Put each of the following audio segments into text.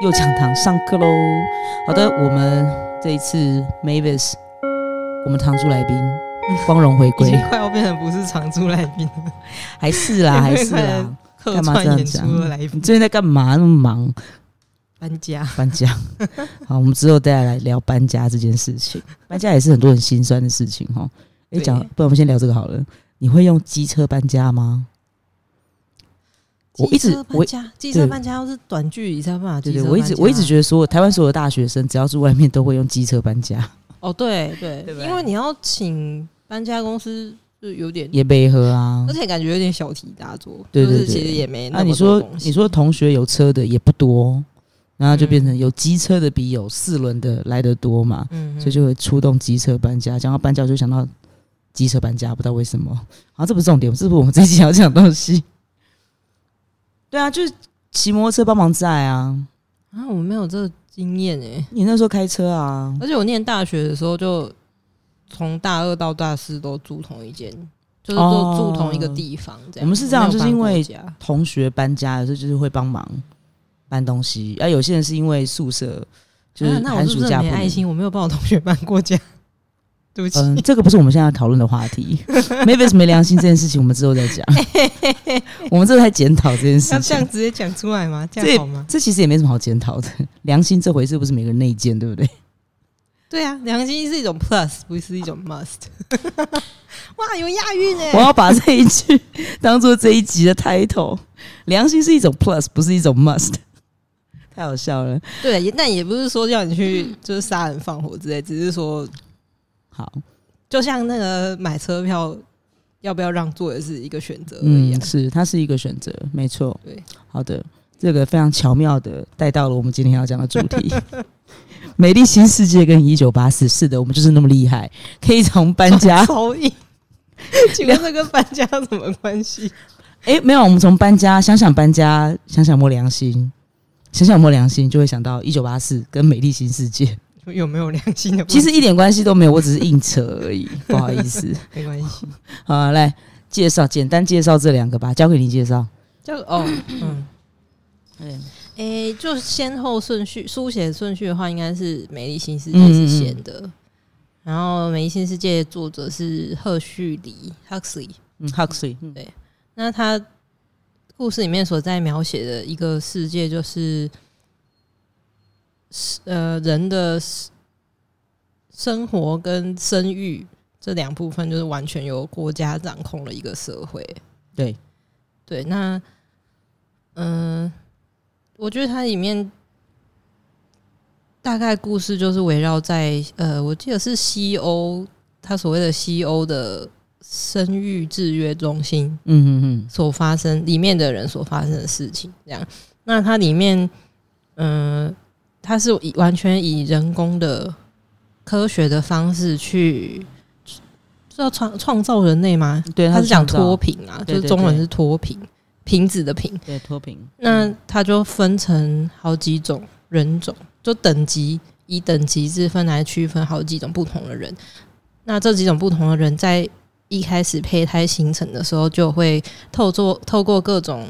右讲堂上课喽。好的，我们这一次 Mavis，我们常驻 来宾光荣回已归经，快要变成不是常驻来宾了，还是 啦，还是快来啦。客干嘛串这样演讲出的来你宾最近在干嘛？那么忙，搬家。搬家。 好，我们之后再来聊搬家这件事情。搬家也是很多很心酸的事情哈。哎、对讲，不然我们先聊这个好了。你会用机车搬家吗？我一直机车搬家，机车搬家要是短距离才有办法对机对，车搬家。我一直我一直觉得所有台湾所有大学生只要住外面都会用机车搬家，哦，对对 对不对因为你要请搬家公司，就有点，也没喝啊而。且感觉有点小题大做，对对就是对其实也没那那啊你么多说东西。你说同学有车的也不多，然后就变成嗯有机车的比有四轮的来得多嘛，嗯哼，所以就会出动机车搬家。讲到搬家，我就想到机车搬家，不知道为什么。好，这不是重点，这不是我们这一集要讲的东西。对啊，就是骑摩托车帮忙载啊。啊，我没有这个经验哎，你那时候开车啊？而且我念大学的时候就从大二到大四都住同一间，就是哦都住同一个地方这样。我们是这样没有就是因为搬过家同学搬家有时候就是会帮忙搬东西，而、有些人是因为宿舍就是啊那我寒是暑不是假很不没爱能心？我没有帮我同学搬 过家，对不起。嗯，这个不是我们现在要讨论的话题。Mavis 没良心这件事情，我们之后再 讲。我们之后再检讨这件事 要这样情。直接讲出来吗？这这样好吗？这其实也没什么好检讨的，良心这回事不是每个人内建，对不对？对啊，良心是一种 plus，不是一种 must。哇，有押韵哎、我要把这一句当做这一集的 title。良心是一种 plus，不是一种 must。太好笑了。对，也但也不是说叫 你去就是杀人放火之类，只是说好，就像那个买车票要不要让座也是一个选择而已、啊嗯，是，它是一个选择，没错。对，，好的，这个非常巧妙的带到了我们今天要讲的主题。 美丽新世界跟一九八四，是的，我们就是那么厉害，可以从搬家 超硬。请问这跟搬家有什么关系？ 诶，没有，我们从搬家，想想搬家，想想摸良心，想想摸良心，就会想到一九八四跟美丽新世界，有没有良心的问题？其实一点关系都没有，我只是硬扯而已， 不好意思。没关系。好，来介绍，简单介绍这两个吧，交给你介绍。就 哦，嗯，嗯诶、就先后顺序，书写顺序的话，应该是《美丽新世界嗯》嗯嗯是先的，然后《美丽新世界》作者是赫胥黎 （Huxley）。嗯，Huxley，嗯那他故事里面所在描写的一个世界，就是是呃人的 s- 生活跟生育这两部分，就是完全由国家掌控的一个社会。对，对，那嗯、呃我觉得它里面大概故事就是围绕在呃，我记得是西欧，它所谓的西欧的生育制约中心嗯嗯嗯，所发生里面的人所发生的事情，这样。那它里面，嗯、它是以完全以人工的科学的方式去。是要创创造人类吗？对，他是讲脱脱贫啊，对就是对中文对是脱贫，瓶子的瓶。对脱贫，嗯那它就分成好几种人种，就等级以等级之分来区分好几种不同的人。那这几种不同的人在一开始胚胎形成的时候，就会透过透过各种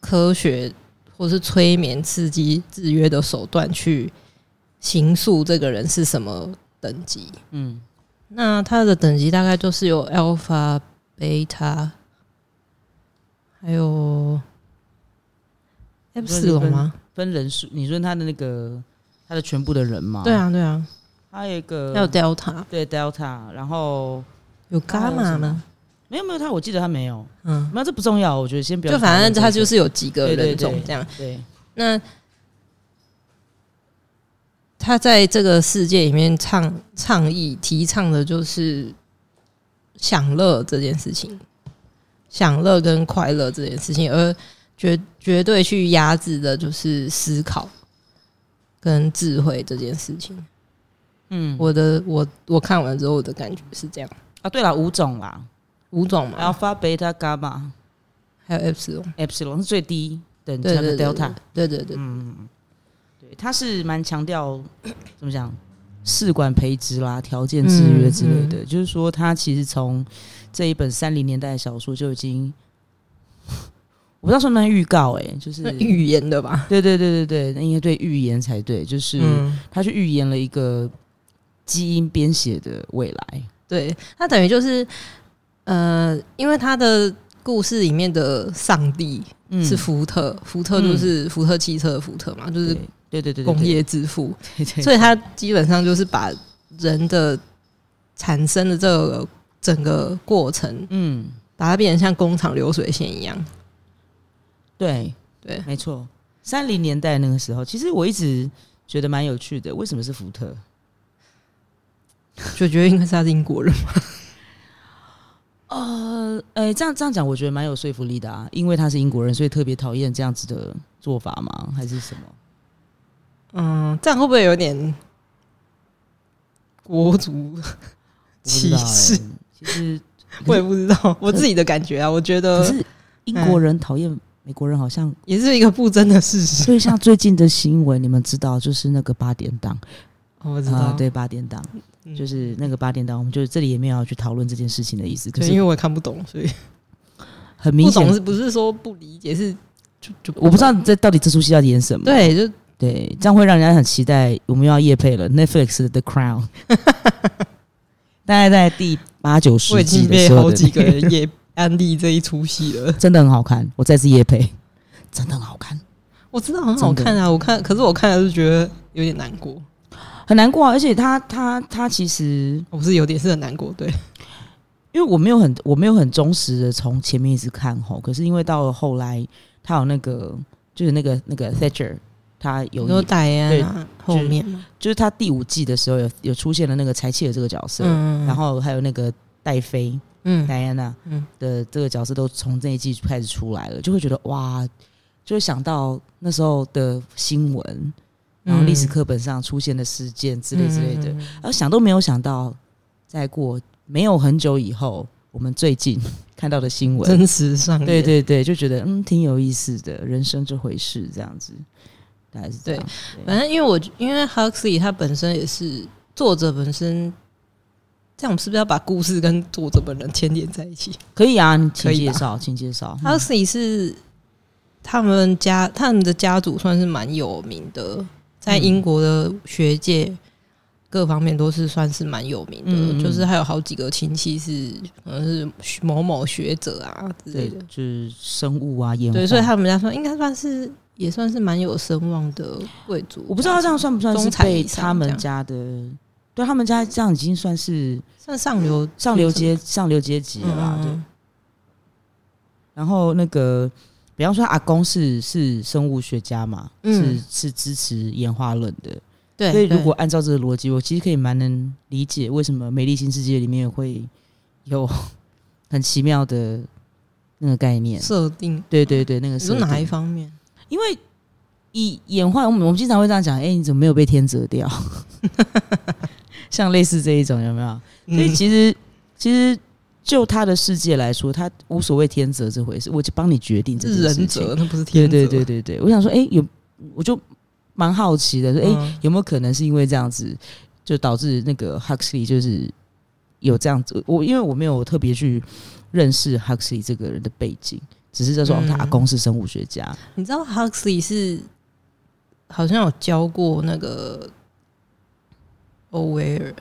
科学或是催眠、刺激、制约的手段去形塑这个人是什么等级。嗯那它的等级大概就是有 alpha、beta，还有你 F 说四龙吗？分人数，你说他的那个他的全部的人嘛？对，啊，对啊，还有一个还有 delta，对 Delta，然后有还有什 gamma 么吗？没有没有他，我记得他没有，嗯，没有这不重要，我觉得先不要就讨论反这个。正它就是有几个对对人种对这样。对，那他在这个世界里面倡倡议提倡的就是享乐这件事情，享乐跟快乐这件事情，而绝绝对去压制的就是思考跟智慧这件事情。嗯，我的我我看完之后我的感觉是这样，啊对了，五种啦五种嘛， ，Alpha、Beta、Gamma、还有 F 四， Epsilon 是最低等级对的对对 Delta，对对对，嗯，对，他是蛮强调 怎么讲，试管培植啦、条件制约之类的，嗯就是说他其实从这一本三零年代的小说就已经 我不知道算不算预告、欸，哎，就是那预言的吧？对对对对对，那应该对预言才对，就是、嗯，他去预言了一个基因编写的未来。对，他等于就是呃，因为他的故事里面的上帝嗯是福特，福特就是福特汽车的福特嘛，就是对对对对对工业致富，对对所以他基本上就是把人的产生的这个整个过程，嗯，把它变成像工厂流水线一样。对对，没错，三零年代那个时候，其实我一直觉得蛮有趣的。为什么是福特？就觉得应该是他是英国人嘛。呃，哎，这样这样讲，我觉得蛮有说服力的啊，因为他是英国人，所以特别讨厌这样子的做法吗？还是什么？嗯，这样会不会有点国族我不知歧道视？哎其实， 我也不知道，我自己的感觉啊，我觉可得是英国人讨厌美国人，好 像也是一个不争的事实。所以像最近的新闻，你们知道，就是那个八点档我知道，啊、对八点档，嗯就是那个八点档，我们就是这里也没有要去讨论这件事情的意思，可对，因是为我也看不懂，所以很不明显懂，是不是说不理解，是就就我不知懂。道这到底这出戏要演什么。对，就对，这样会让人家很期待。我们又要夜配了，Netflix 的《The Crown》大概在第八九我十已集经的被时候好的几个那人也安利这一出戏了。真的很好看。我再次夜配，真的很好看，我知道很好看啊，我看，可是我看了就觉得有点难过，很难过、啊。而且他他他其实，我是有点是很难过，对，因为我没有很我没有很忠实的从前面一直看吼，可是因为到了后来，他有那个就是那个那个 Thatcher，他有有一戴安啊后就是面嘛，就是他第五季的时候有有出现了那个柴契尔这个角色，嗯，然后还有那个戴妃，嗯，戴安娜嗯的这个角色都从这一季开始出来了，就会觉得哇，就会想到那时候的新闻，然后历史课本上出现的事件之类之类的，嗯，然后想都没有想到，再过没有很久以后，我们最近看到的新闻，真实上演对对对，就觉得嗯挺有意思的，人生这回事这样子，大概是这样。反正因为我因为 Huxley 他本身也是作者本身，这样我们是不是要把故事跟作者本人牵连在一起、可以啊，你可请以介吧绍，请介绍。 h u 嗯 x l e y 是他们家他们的家族算是蛮有名的，在嗯英国的学界各方面都是算是蛮有名的，嗯嗯就是还有好几个亲戚是可能是某某学者啊之类对的，，就是生物啊，演对，所以他们家说应该算是也算是蛮有声望的贵族，我不知道这样算不算是中产被以上他这们样家的，对他们家这样已经算是算上流上流阶上流阶级啊了啦。对，嗯然后那个，比方说他阿公是是生物学家嘛，嗯是是支持演化论的，对，所以对如果按照这个逻辑，我其实可以蛮能理解为什么《美丽新世界》里面会有很奇妙的那个概念。设定，对对对，那个你是说哪一方面？因为以演化，我们我们经常会这样讲，哎、你怎么没有被天择掉？ 像类似这一种有没有？所以嗯其实、其实就他的世界来说，他无所谓天择这回事，我就帮你决定这件是事仁情。者，那不是对天对择。对对对，我想说，哎、有我就蛮好奇的，说，哎、嗯，有没有可能是因为这样子，就导致那个 Huxley 就是有这样子？我因为我没有特别去认识 Huxley 这个人的背景，只是在说、哦他嗯阿公是生物学家，你知道 Huxley 是好像有教过那个欧威尔，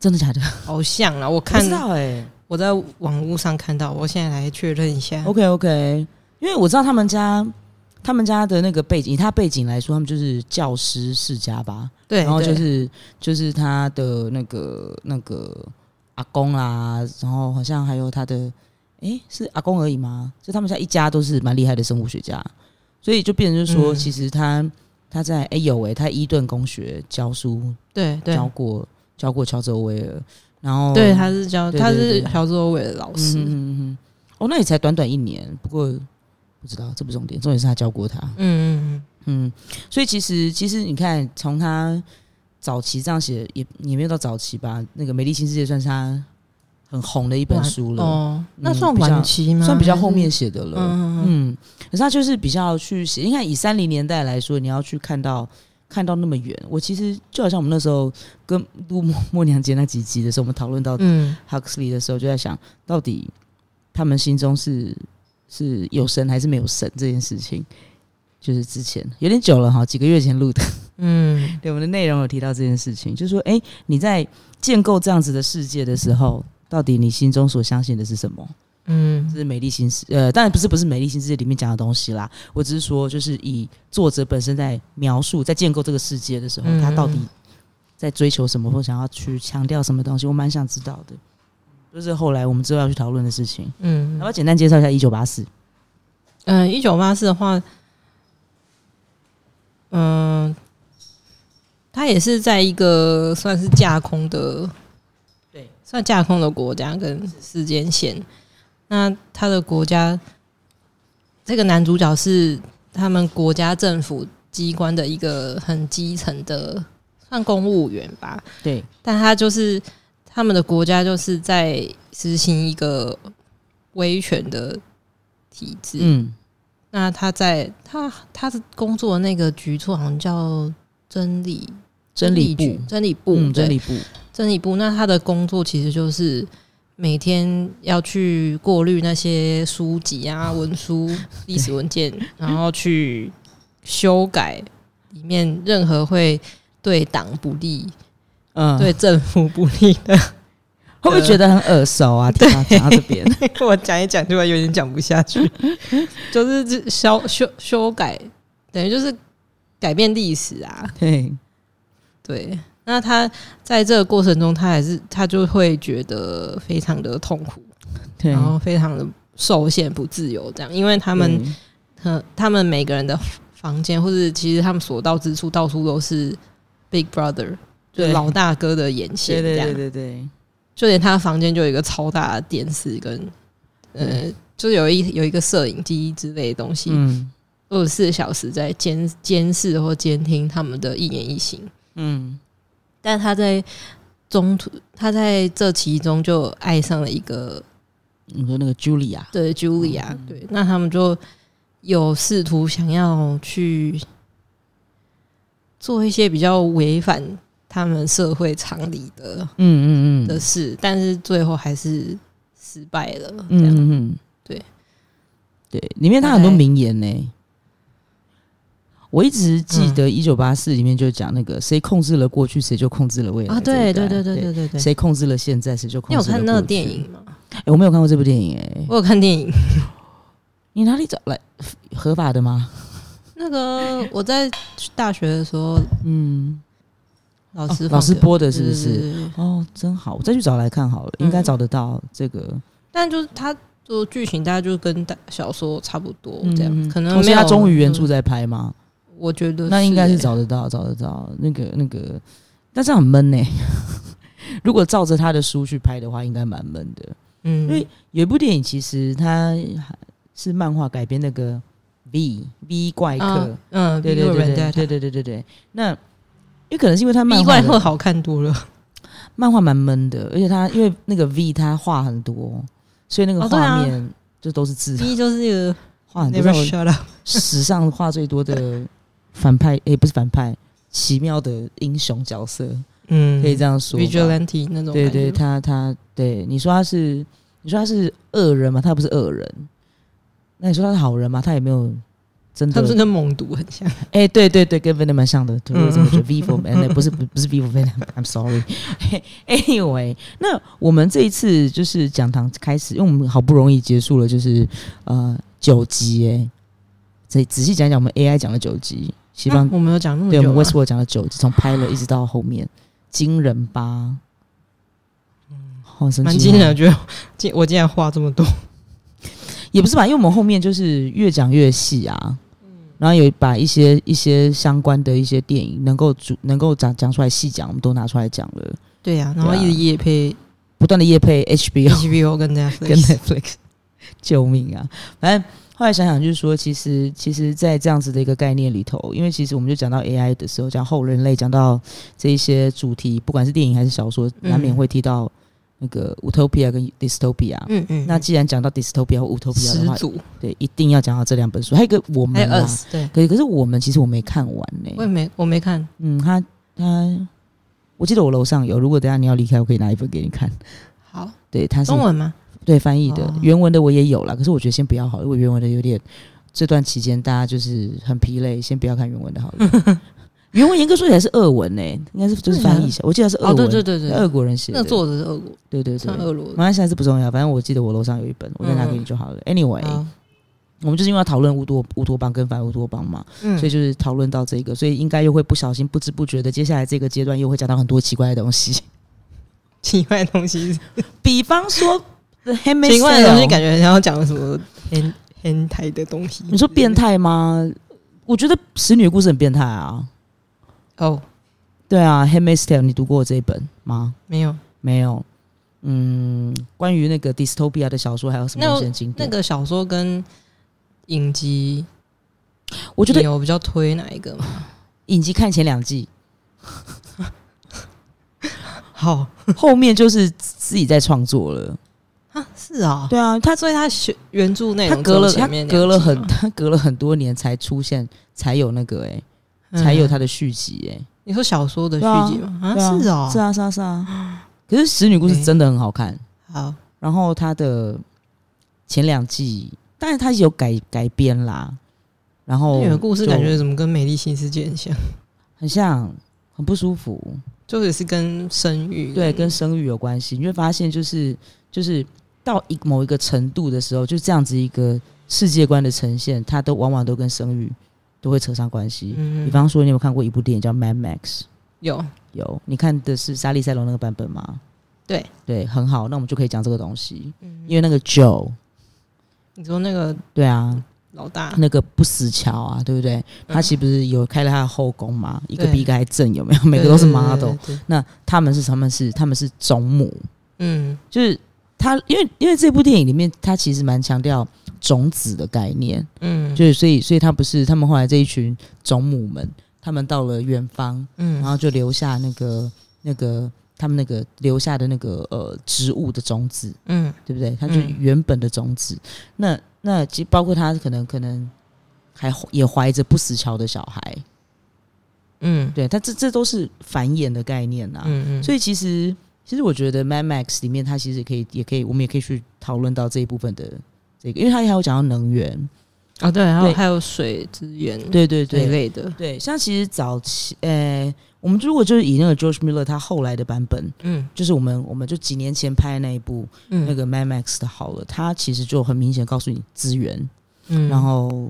真的假的？好像啊，我不看知道哎、我在网络上看到，我现在来确认一下。 OK OK，因为我知道他们家他们家的那个背景，以他背景来说，他们就是教师世家吧，对，然后就对是就是他的那个那个阿公啦，然后好像还有他的，诶，是阿公而已吗？就他们家一家都是蛮厉害的生物学家，所以就变成就是说，嗯其实他他在诶有诶，他伊顿公学教书对对教过教过乔治欧威尔，然后对，他是教对对他是对乔治欧威尔的老嗯嗯师。嗯嗯，哦，那也才短短一年，不过不知道，这不重点，重点是他教过他。嗯嗯嗯，所以其实其实你看，从他早期这样写，也也没有到早期吧。那个《美丽新世界》算是他很红的一本晚书嗯，了，哦，那嗯算比较晚期吗？算比较还是后面。写的了。嗯嗯嗯嗯，可是他就是比较去写，你看以三零年代来说，你要去看到看到那么远，我其实就好像我们那时候跟录《默娘节》那几集的时候，我们讨论到嗯， Huxley 的时候，就在想到底他们心中是是有神还是没有神这件事情，就是之前有点久了哈，几个月前录的。嗯，对我们的内容有提到这件事情，就是说，哎、你在建构这样子的世界的时候，到底你心中所相信的是什么？嗯这是美丽新世，呃，当然不是不是美丽新世界里面讲的东西啦。我只是说，就是以作者本身在描述、在建构这个世界的时候，嗯他到底在追求什么，或想要去强调什么东西，我蛮想知道的。就是后来我们之后要去讨论的事情。嗯要不要简单介绍一下《一九八四》？嗯，一九八四的话，嗯、它也是在一个算是架空的，对，算架空的国家跟时间线。那他的国家，这个男主角是他们国家政府机关的一个很基层的，算公务员吧。对，但他就是他们的国家就是在实行一个威权的体制，嗯，那他在他他的工作的那个局处好像叫真理真理部，局真理部嗯，对真理部，真理部。那他的工作其实就是每天要去过滤那些书籍啊、文书、历史文件，然后去修改里面任何会对党不利、嗯，对，政府不利 的。会不会觉得很耳熟 啊？听到讲到这边，我讲一讲突然有点讲不 下去，就是这修修修改，等于就是改变历史啊。对，对，那他在这个过程中，他还是他就会觉得非常的痛苦，对，然后非常的受限、不自由，这样，因为他们对呃他们每个人的房间，或是其实他们所到之处，到处都是 Big Brother，就是对老大哥的眼对线，这对样对，对对，就连他的房间就有一个超大的电视跟呃对，就是有一有一个摄影机之类的东西，嗯二十四小时在监监视或监听他们的一言一行。嗯，但他在中途，他在这其中就爱上了一个你说那个 Julia，对 Julia，、对，嗯那他们就有试图想要去做一些比较违反他们社会常理的嗯嗯嗯的事，但是最后还是失败了。这样，嗯嗯，对对，里面他很多名言呢、我一直记嗯得《一九八四》里面就讲那个，谁控制了过去，谁就控制了未来啊，这一代对对对对对对对，谁控制了现在，谁就控你制了有过去。看那个电影吗？诶？我没有看过这部电影、诶，我有看电影，你哪里找来合法的吗？那个我在大学的时候，嗯，老哦师、老师播的是不是对？对对对哦，真好，我再去找来看好了，应该嗯找得到这个。但就是它的剧情大概就跟大小说差不多这样，嗯可能哦没所以有他忠于原著嗯在拍吗？我觉得那应该是欸找得到，找得到那个那个，但这样很闷呢、 如果照着他的书去拍的话，应该蛮闷的。因为嗯有一部电影，其实它是漫画改编那个 V V 怪客，啊嗯，对比对如对人家对对对对对对。那也可能是因为他漫比画怪的客好看多了。漫画蛮闷的，而且他因为那个 V 他话很多，所以那个哦对啊画面就都是字，第一就是那个画很多。 Never 让我 Shut Up，史上话最多的反派，也、不是反派，奇妙的英雄角色，嗯，可以这样说吧。 Vigilante 那种对感觉，对，他他对你说他是，你说他是恶人嘛？他不是恶人。那你说他是好人嘛？他也没有真他的不是。跟猛毒很像，哎、对对对，跟 Venom 蛮像的。对，嗯我怎么觉得 V for Venom 不是不不是 V for Venom？I'm sorry。Anyway，那我们这一次就是讲堂开始，因为我们好不容易结束了，就是呃九集哎、仔仔细讲讲我们 AI 讲了九集，希望啊我们有讲那么对，我久们吗， Westworld 讲了九集，从拍了一直到后面，惊人吧？好神奇，哦嗯蛮惊人的，我觉得竟我竟然话这么多，也不是吧？因为我们后面就是越讲越细啊，嗯然后有把一些一些相关的一些电影能够主能够讲讲出来细讲，我们都拿出来讲了，对啊呀，然后一直夜配不断的夜配 HBO HBO 跟啊 跟 Netflix， Netflix，救命啊！反正后来想想，就是说，其实其实，在这样子的一个概念里头，因为其实我们就讲到 AI 的时候，讲后人类，讲到这一些主题，不管是电影还是小说，嗯难免会提到那个 utopia 跟 dystopia。嗯嗯，那既然讲到 dystopia 或 utopia 始的话，祖对，一定要讲到这两本书，还有一个我还们有啊， Us，对，可可是我们其实我没看完呢、我也没我没看，嗯，他他，我记得我楼上有，如果等一下你要离开，我可以拿一本给你看。好，对，它是中文吗？对翻译的、哦原文的我也有啦，可是我觉得先不要好了，因为原文的有点这段期间大家就是很疲累，先不要看原文的好了。 原文严格说起来是俄文呢、应该是就是翻译一下，我记得是俄哦，文，对对对对，俄国人写的，那作者是俄国，对对对算。俄嗯罗马来西亚是不重要，反正我记得我楼上有一本，我再拿给你就好了。Anyway，好我们就是因为要讨论乌托乌托邦跟反乌托邦嘛，嗯所以就是讨论到这个，所以应该又会不小心、不知不觉的，接下来这个阶段又会讲到很多奇怪的东 西，奇怪的东西，比方 说 handmade 奇怪的东西 sale 感觉很像要讲什么啊嗯很很台的东西。嗯你说变态吗？我觉得使女的故事很变态啊。哦，对啊 h a m a s t a l e 你读过这一本吗？没有没有。嗯，关于那个 dystopia 的小说，还有什么那东西很经那典？个小说跟影集，我觉得有比较推哪一个吗？影集看前两 季，好后面就是自己在创作了。啊，是啊，对啊，他他所以他学原著内他容隔了只有他前面隔了两集很嘛他隔了很多年才出现，才有那个哎、才有嗯他的续集哎、你说小说的续对啊集吗？对啊，是哦，是啊是啊是啊。可是《使女故事诶》真的很好看，好，然后他的前两季，当然他有改改编啦，然后那你的故事就感觉怎么跟《美丽新世界》很像？很像，很不舒服。就也是跟生育对，跟生育有关系。你会发现，就是就是到一某一个程度的时候，就这样子一个世界观的呈现，它都往往都跟生育都会扯上关系。嗯比方说，你有没有看过一部电影叫《Mad Max》？有有，你看的是莎莉塞隆那个版本吗？对对，嗯很好，那我们就可以讲这个东西，因为那个 Joe，你说那个对啊，老大那个不死桥啊，对不对？他岂不是有开了他的后宫嘛？一个嗯对比一个还正，有没 有？每个都是对对对 model 对。对对那他们是他们是他们是种母，嗯就是他，因为因为这部电影里面，他其实蛮强调种子的概念，嗯，就是所以所以他不是他们后来这一群种母们，他们到了远方，嗯然后就留下那个那个他们那个留下的那个呃植物的种子，嗯对不对？它就是嗯原本的种子。那那其实包括他可能可能还也怀着不死桥的小孩，嗯对，他这这都是繁衍的概念呐、嗯嗯，所以以其实其实我觉得《Mad Max》里面它其实可以也可以我们也可以去讨论到这一部分的这个，因为它还有讲到能源，啊对，还对有还有水资源对对这一对类的，对，像其实早期呃。我们如果就是以那个 George Miller 他后来的版本，嗯就是我们我们就几年前拍的那一部、嗯那个 Mad Max 的好了，它其实就很明显告诉你资源，嗯然后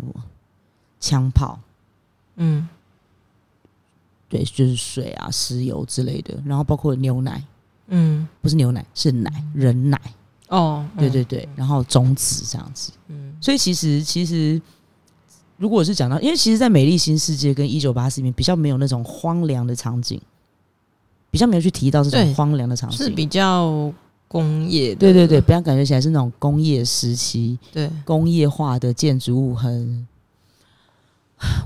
枪炮，嗯对，就是水啊、石油之类的，然后包括牛奶，嗯不是牛奶，是奶，人奶，哦，对对对，然后种子这样子。嗯所以其实其实，如果是讲到，因为其实，在《美丽新世界》跟《一九八四》里面比较没有那种荒凉的场景，比较没有去提到这种对荒凉的场嗯，是景。比较工业的，对对对，不要感觉起来是那种工业时期对，工业化的建筑物很，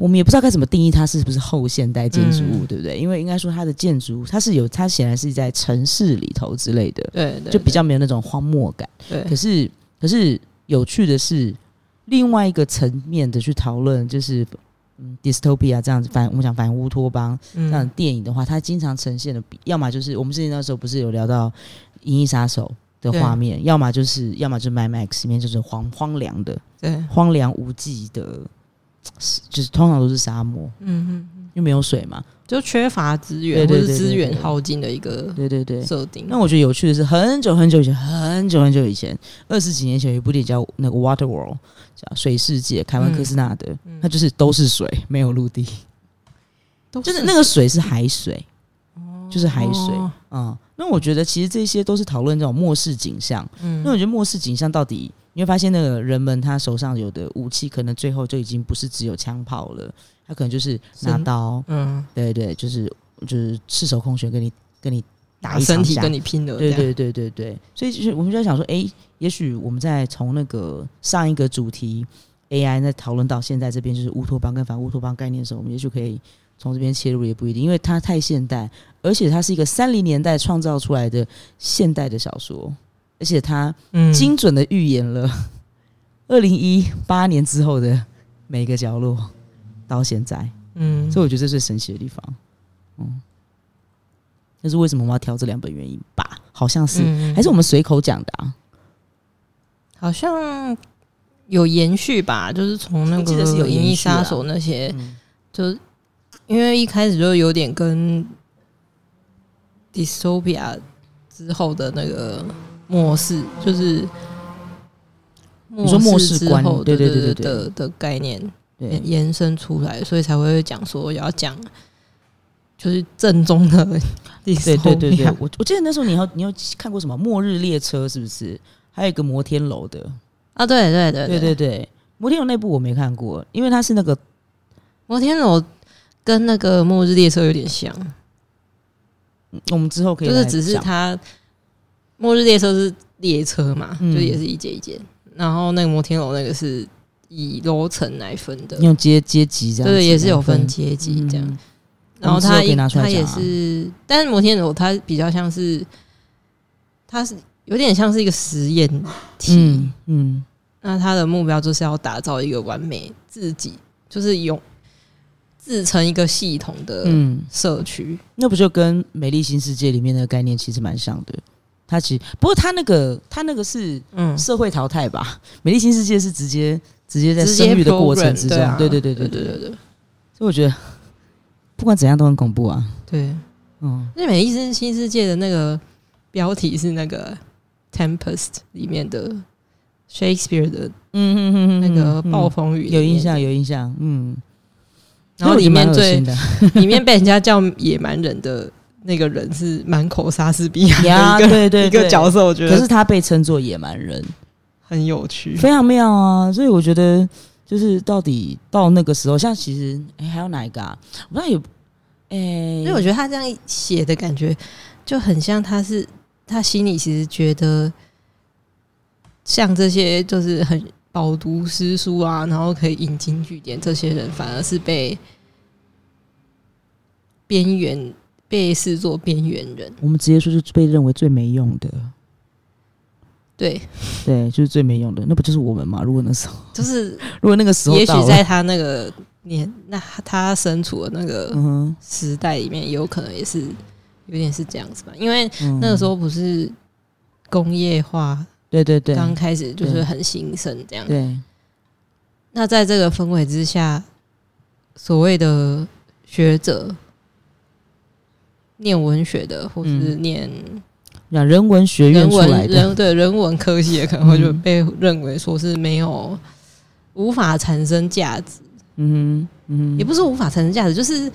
我们也不知道该怎么定义它是不是后现代建筑物，嗯对不对？因为应该说它的建筑，它是有，它显然是在城市里头之类的，对对，就比较没有那种荒漠感。对可是，可是有趣的是，另外一个层面的去讨论，就是嗯，dystopia 这样子反，我们讲反乌托邦这嗯样的电影的话，它经常呈现的比，要么就是我们之前那时候不是有聊到《银翼杀手》的对画面，要么就是要么就是《Mad Max》里面就是荒荒凉的。对，荒凉无际的，是就是通常都是沙漠，嗯嗯，因为没有水嘛。就缺乏资对源或对者对资对源对耗尽的一个对对对。设定。那我觉得有趣的是，很久很久以前，很久很久以前，二十几年前有一部电影叫那个《Water World》，叫《水世界》，凯文·嗯科斯纳的，它就是都是水，没有陆 地，都就是那个水是海水，就是海水。哦嗯，那我觉得其实这些都是讨论这种末世景象。嗯那我觉得末世景象到底，你会发现那个人们他手上有的武器，可能最后就已经不是只有枪炮了，他可能就是拿神刀，嗯，对对，就是就是赤手空拳跟你跟你打一身场体架跟，你拼了，对这对样，对对对，所以就是我们就在想说，诶，也许我们在从那个上一个主题 AI 在讨论到现在这边就是乌托邦跟反乌托邦概念的时候，我们也许可以从这边切入，也不一定，因为它太现代，而且它是一个三零年代创造出来的现代的小说，而且它嗯精准的预言了二零一八年之后的每个角落到现在。嗯所以我觉得这是最神奇的地方。嗯，那是为什么我们要挑这两本原因吧？好像是，嗯还是我们随口讲的啊？好像有延续吧，就是从那我记得是有个《银延翼续啊杀手》那些，嗯就是因为一开始就有点跟 dystopia 之后的那个末世，就是你说末世之观后对对对对对对的的概念对延延伸出来，所以才会讲说要讲就是正宗的 dystopia，对对对对，我我记得那时候你有你有看过什么《末日列车》是不是？还有一个摩天楼的，啊，对对对对对对，摩天楼那部我没看过，因为它是那个摩天楼跟那个《末日列车》有点像，嗯我们之后可以就是来只是讲它《末日列车》是列车嘛，嗯就也是一节一节，然后那个摩天楼那个是以楼层来分的，用阶阶级这样子，对，也是有分嗯阶级这样。嗯然后我它们之后可以一拿出来它也讲啊是，但是摩天楼它比较像是，它是有点像是一个实验体，嗯嗯，那他的目标就是要打造一个完美自己，就是有自成一个系统的嗯，社区。那不就跟《美丽新世界》里面的概念其实蛮像的。它其实不过它那个它那个是嗯，社会淘汰吧， 美丽新世界》是直接直接在直接生育的过程之中 program，，对对对啊对对对对，对对所以我觉得不管怎样都很恐怖啊，对。嗯，那《美丽新新世界》的那个标题是那个《Tempest》里面的 Shakespeare 的嗯哼哼哼那个嗯暴风雨、有印象，，有印象，嗯。然后里面最的 里面被人家叫野蛮人的那个人是满口莎士比亚呀， 的一个对对一个对，角色，我觉可得是他被称作野蛮人，很有趣。非常妙啊！所以我觉得，就是到底到那个时候，像其实哎、还有哪一个啊？我不知道有，哎、因为我觉得他这样写的感觉就很像他是他心里其实觉得，像这些就是很饱读诗书啊，然后可以引经据典这些人，反而是被边缘被视作边缘人。我们直接说是被认为最没用的，对，对，就是最没用的，那不就是我们吗？如果那时候， 就是如果那个时候 也许到了，在呃他那个年，那他身处的那个嗯哼时代里面，也有可能也是有点是这样子吧，因为嗯那个时候不是工业化。对对对刚开始就是对很兴盛这样。对，那在这个氛围之下，所谓的学者念文学的，或是嗯念让人文学人院出文、来的，人对人文科系的，可能会就嗯被认为说是没有无法产生价值，嗯哼嗯哼，也不是无法产生价值，就是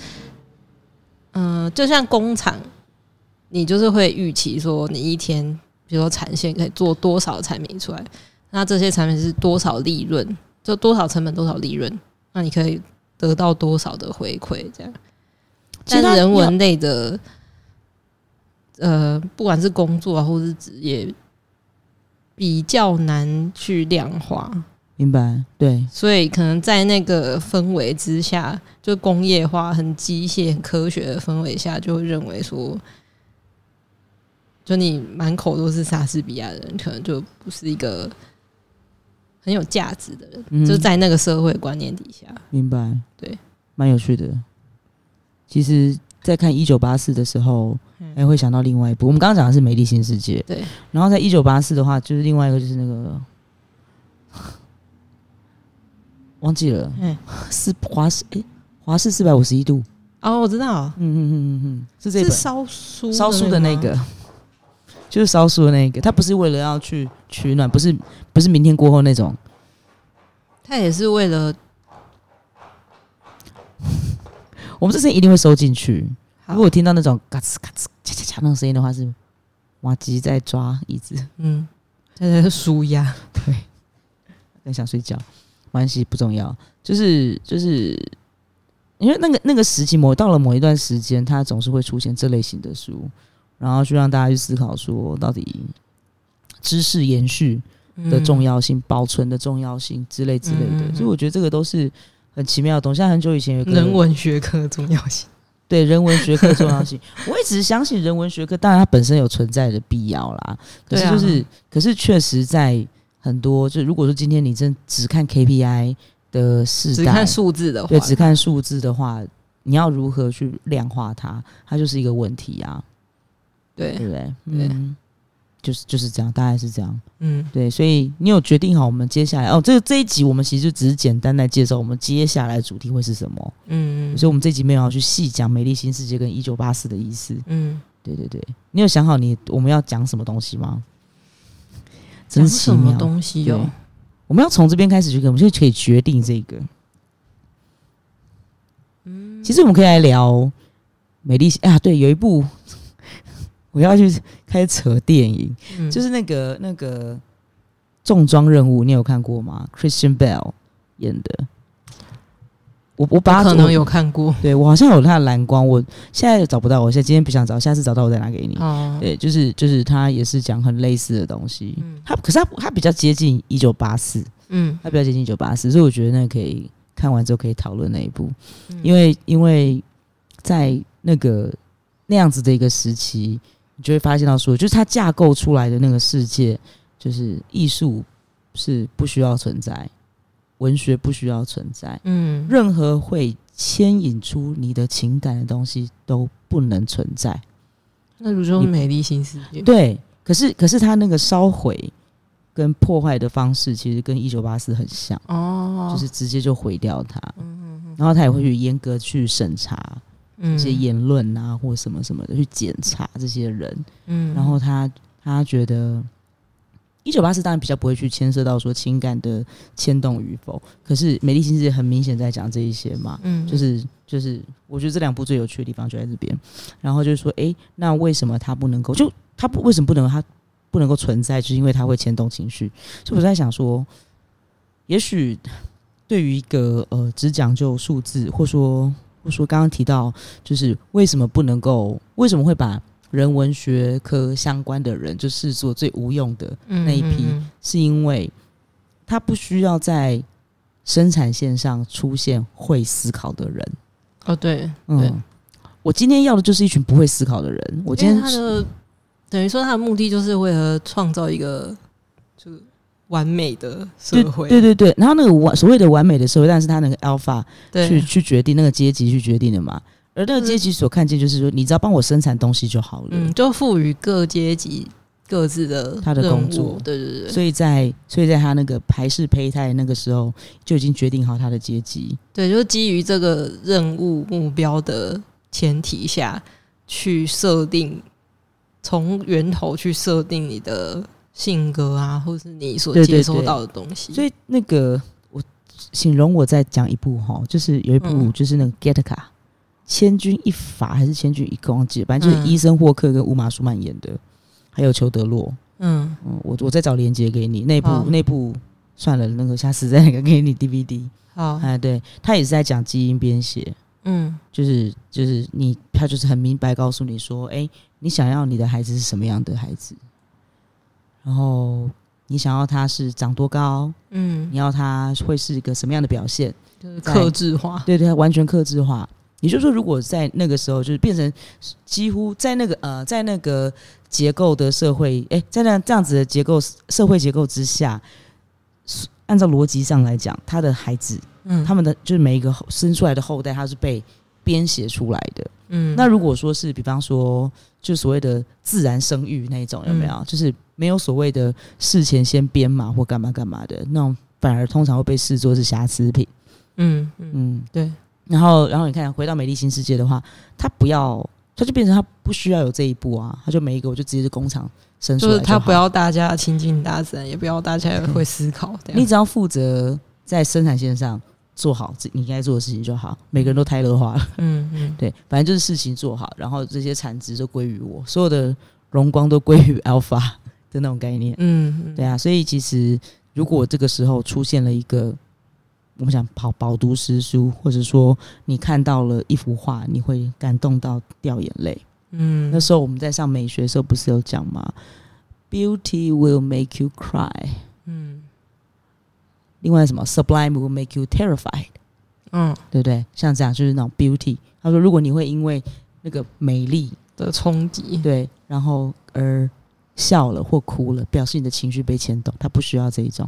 嗯、呃就像工厂，你就是会预期说你一天。比如说产线可以做多少产品出来，那这些产品是多少利润，就多少成本多少利润，那你可以得到多少的回馈，这样。其实但它人文类的，呃，不管是工作啊，或是职业，比较难去量化，明白对，所以可能在那个氛围之下，就工业化、很机械、很科学的氛围下，就会认为说，就你满口都是莎士比亚的人，可能就不是一个很有价值的人，嗯就在那个社会观念底下。明白，对，蛮有趣的。其实，在看《一九八四》的时候，哎、嗯会想到另外一部。我们刚刚讲的是《美丽新世界》，对。然后在《一九八四》的话，就是另外一个就是那个 忘记了，嗯是华氏哎，华氏四百五十一度，哦，我知道，嗯嗯嗯嗯嗯，是这是本烧书烧书的那吗，个。就是烧书的那个，他不是为了要去取暖，不是不是明天过后那种，他也是为了我们这声音一定会收进去。好啊如果我听到那种嘎吱嘎吱、恰恰恰那种声音的话，是瓦吉在抓椅子，嗯，他在舒压，对，更想睡觉，没关系不重要，就是就是，因为那个那个时期某到了某一段时间，它总是会出现这类型的书，然后去让大家去思考说，到底知识延续的重要性、保存的重要性之类之类的，嗯嗯嗯嗯所以我觉得这个都是很奇妙的东西。像很久以前有一个嗯人文学科的重要性。对人文学科重要性，我一直相信人文学科，当然它本身有存在的必要啦。可是对啊就是，可是确实在很多，就如果说今天你真只看 KPI 的世只代，看数字的话，对，只看数字的话，你要如何去量化它，它就是一个问题啊，对对不对？ 对嗯，就是就是这样，大概是这样。嗯，对，所以你有决定好我们接下来哦，这个这一集我们其实就只是简单来介绍我们接下来的主题会是什么，嗯所以我们这集没有要去细讲《美丽新世界》跟《一九八四》的意思。嗯，对对对，你有想好你我们要讲什么东西吗？真讲奇什么妙，东西哟、对我们要从这边开始决定，我们就可以决定这个。嗯，其实我们可以来聊美丽啊，对，有一部 我要去开始扯电影，嗯就是那个那个重装任务，你有看过吗？Christian Bell 演的，我我把我它可能有看过对我好像有他的蓝光，我现在找不到，我现在今天不想找，下次找到我再拿给你。哦，对，就是就是他也是讲很类似的东西，嗯他可是他他比较接近一九八四，嗯它比较接近一九八四，所以我觉得那个可以看完之后可以讨论那一部，嗯因为因为在那个那样子的一个时期，你就会发现到说，就是它架构出来的那个世界，就是艺术是不需要存在，文学不需要存在，嗯任何会牵引出你的情感的东西都不能存在。那如说你美丽新世界，对，可是可是它那个烧毁跟破坏的方式，其实跟一九八四很像。哦，就是直接就毁掉它。然后他也会去严格去审查嗯这些言论啊，或什么什么的，去检查这些人。嗯然后他他觉得，一九八四当然比较不会去牵涉到说情感的牵动与否，可是《美丽新世界》很明显在讲这一些嘛。嗯就是就是，我觉得这两部最有趣的地方就在这边。然后就是说，诶，那为什么它不能够？就它不为什么不能？它不能够存在，就是因为它会牵动情绪。所以我在想说，也许对于一个呃只讲究数字，或说或说刚刚提到，就是为什么不能够？为什么会把人文学科相关的人就视作最无用的？那那一批是因为他不需要在生产线上出现会思考的人。哦，对，对嗯，我今天要的就是一群不会思考的人。我今因为天他的等于说他的目的就是为了创造一个就是完美的社对会，对对对，然后那个完所谓的完美的社会，但是他那个 alpha 对去去决定那个阶级去决定的嘛。而那个阶级所看见就是说，你只要帮我生产东西就好了。嗯，就赋予各阶级各自的他的任工务作对对对所以在所以在他那个排斥胚胎那个时候，就已经决定好他的阶级。对，就是基于这个任务目标的前提下去设定，从源头去设定你的性格啊，或是你所对对接收对到的东西，所以那个我形容我再讲一部哈，就是有一部嗯就是那个《Get 卡》，千钧一发还是千钧一刻，忘记了，反正就是嗯伊森霍克跟乌玛舒曼演的，还有裘德洛。嗯嗯，我我再找链接给你，那部好那部算了，那个下次再那个给你 DVD。好哎，对他也是在讲基因编写，嗯就是就是你他就是很明白告诉你说，哎、你想要你的孩子是什么样的孩子，然后你想要他是长多高，嗯，你要他会是一个什么样的表现？就是在克制化，对对，完全克制化。也就是说，如果在那个时候，就是变成几乎在那个呃，在那个结构的社会，哎，在那这样子的结构社会结构之下，是按照逻辑上来讲，他的孩子，嗯，他们的就是每一个后生出来的后代，他是被编写出来的。嗯那如果说是比方说，就所谓的自然生育那一种，有没有？就是没有所谓的事前先编码或干嘛干嘛的那种，反而通常会被视作是瑕疵品。嗯嗯嗯，对。然后，然后你看，回到美丽新世界的话，它不要，它就变成它不需要有这一步啊，它就每一个我就直接是工厂生出就来是他好不，要大家亲近大自然，也不要大家会思考。这样你只要负责在生产线上做好自你应该做的事情就好，每个人都泰勒化了，嗯嗯对，反正就是事情做好，然后这些产值都归于我，所有的荣光都归于 alpha 的那种概念，嗯，嗯对，啊，所以其实如果这个时候出现了一个，我们想饱饱读诗书，或者说你看到了一幅画，你会感动到掉眼泪。嗯，那时候我们在上美学的时候不是有讲吗？Beauty will make you cry，嗯另外什么 Sublime will make you terrified，嗯对不对？像这样就是那种 beauty。他说，如果你会因为那个美丽的冲击，对，然后而笑了或哭了，表示你的情绪被牵动，他不需要这一种，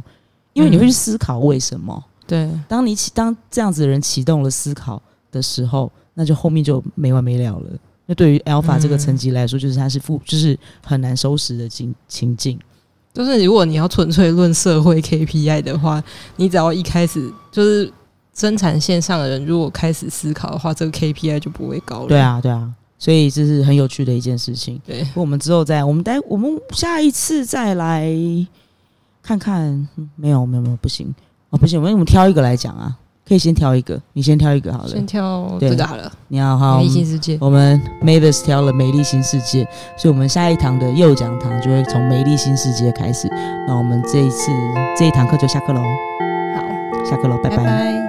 因为你会去思考为什么。对，当你启当这样子的人启动了思考的时候，那就后面就没完没了了。那对于 alpha 嗯这个层级来说，就是它是负，就是很难收拾的情情境。就是如果你要纯粹论社会 KPI 的话，你只要一开始就是生产线上的人，如果开始思考的话，这个 KPI 就不会高了。对，啊，对啊，所以这是很有趣的一件事情。对，我们之后再，我们待，我们下一次再来看看。嗯没有，没有，没有，不行哦，不行，我们我们挑一个来讲啊，可以先挑一个，你先挑一个好了。先跳对这个好了，你好，好， 《我异们性世界》我们 Mavis 挑了《美丽新世界》，所以我们下一堂的右讲堂就会从《美丽新世界》开始。那我们这一次这一堂课就下课喽，好，下课喽，拜拜拜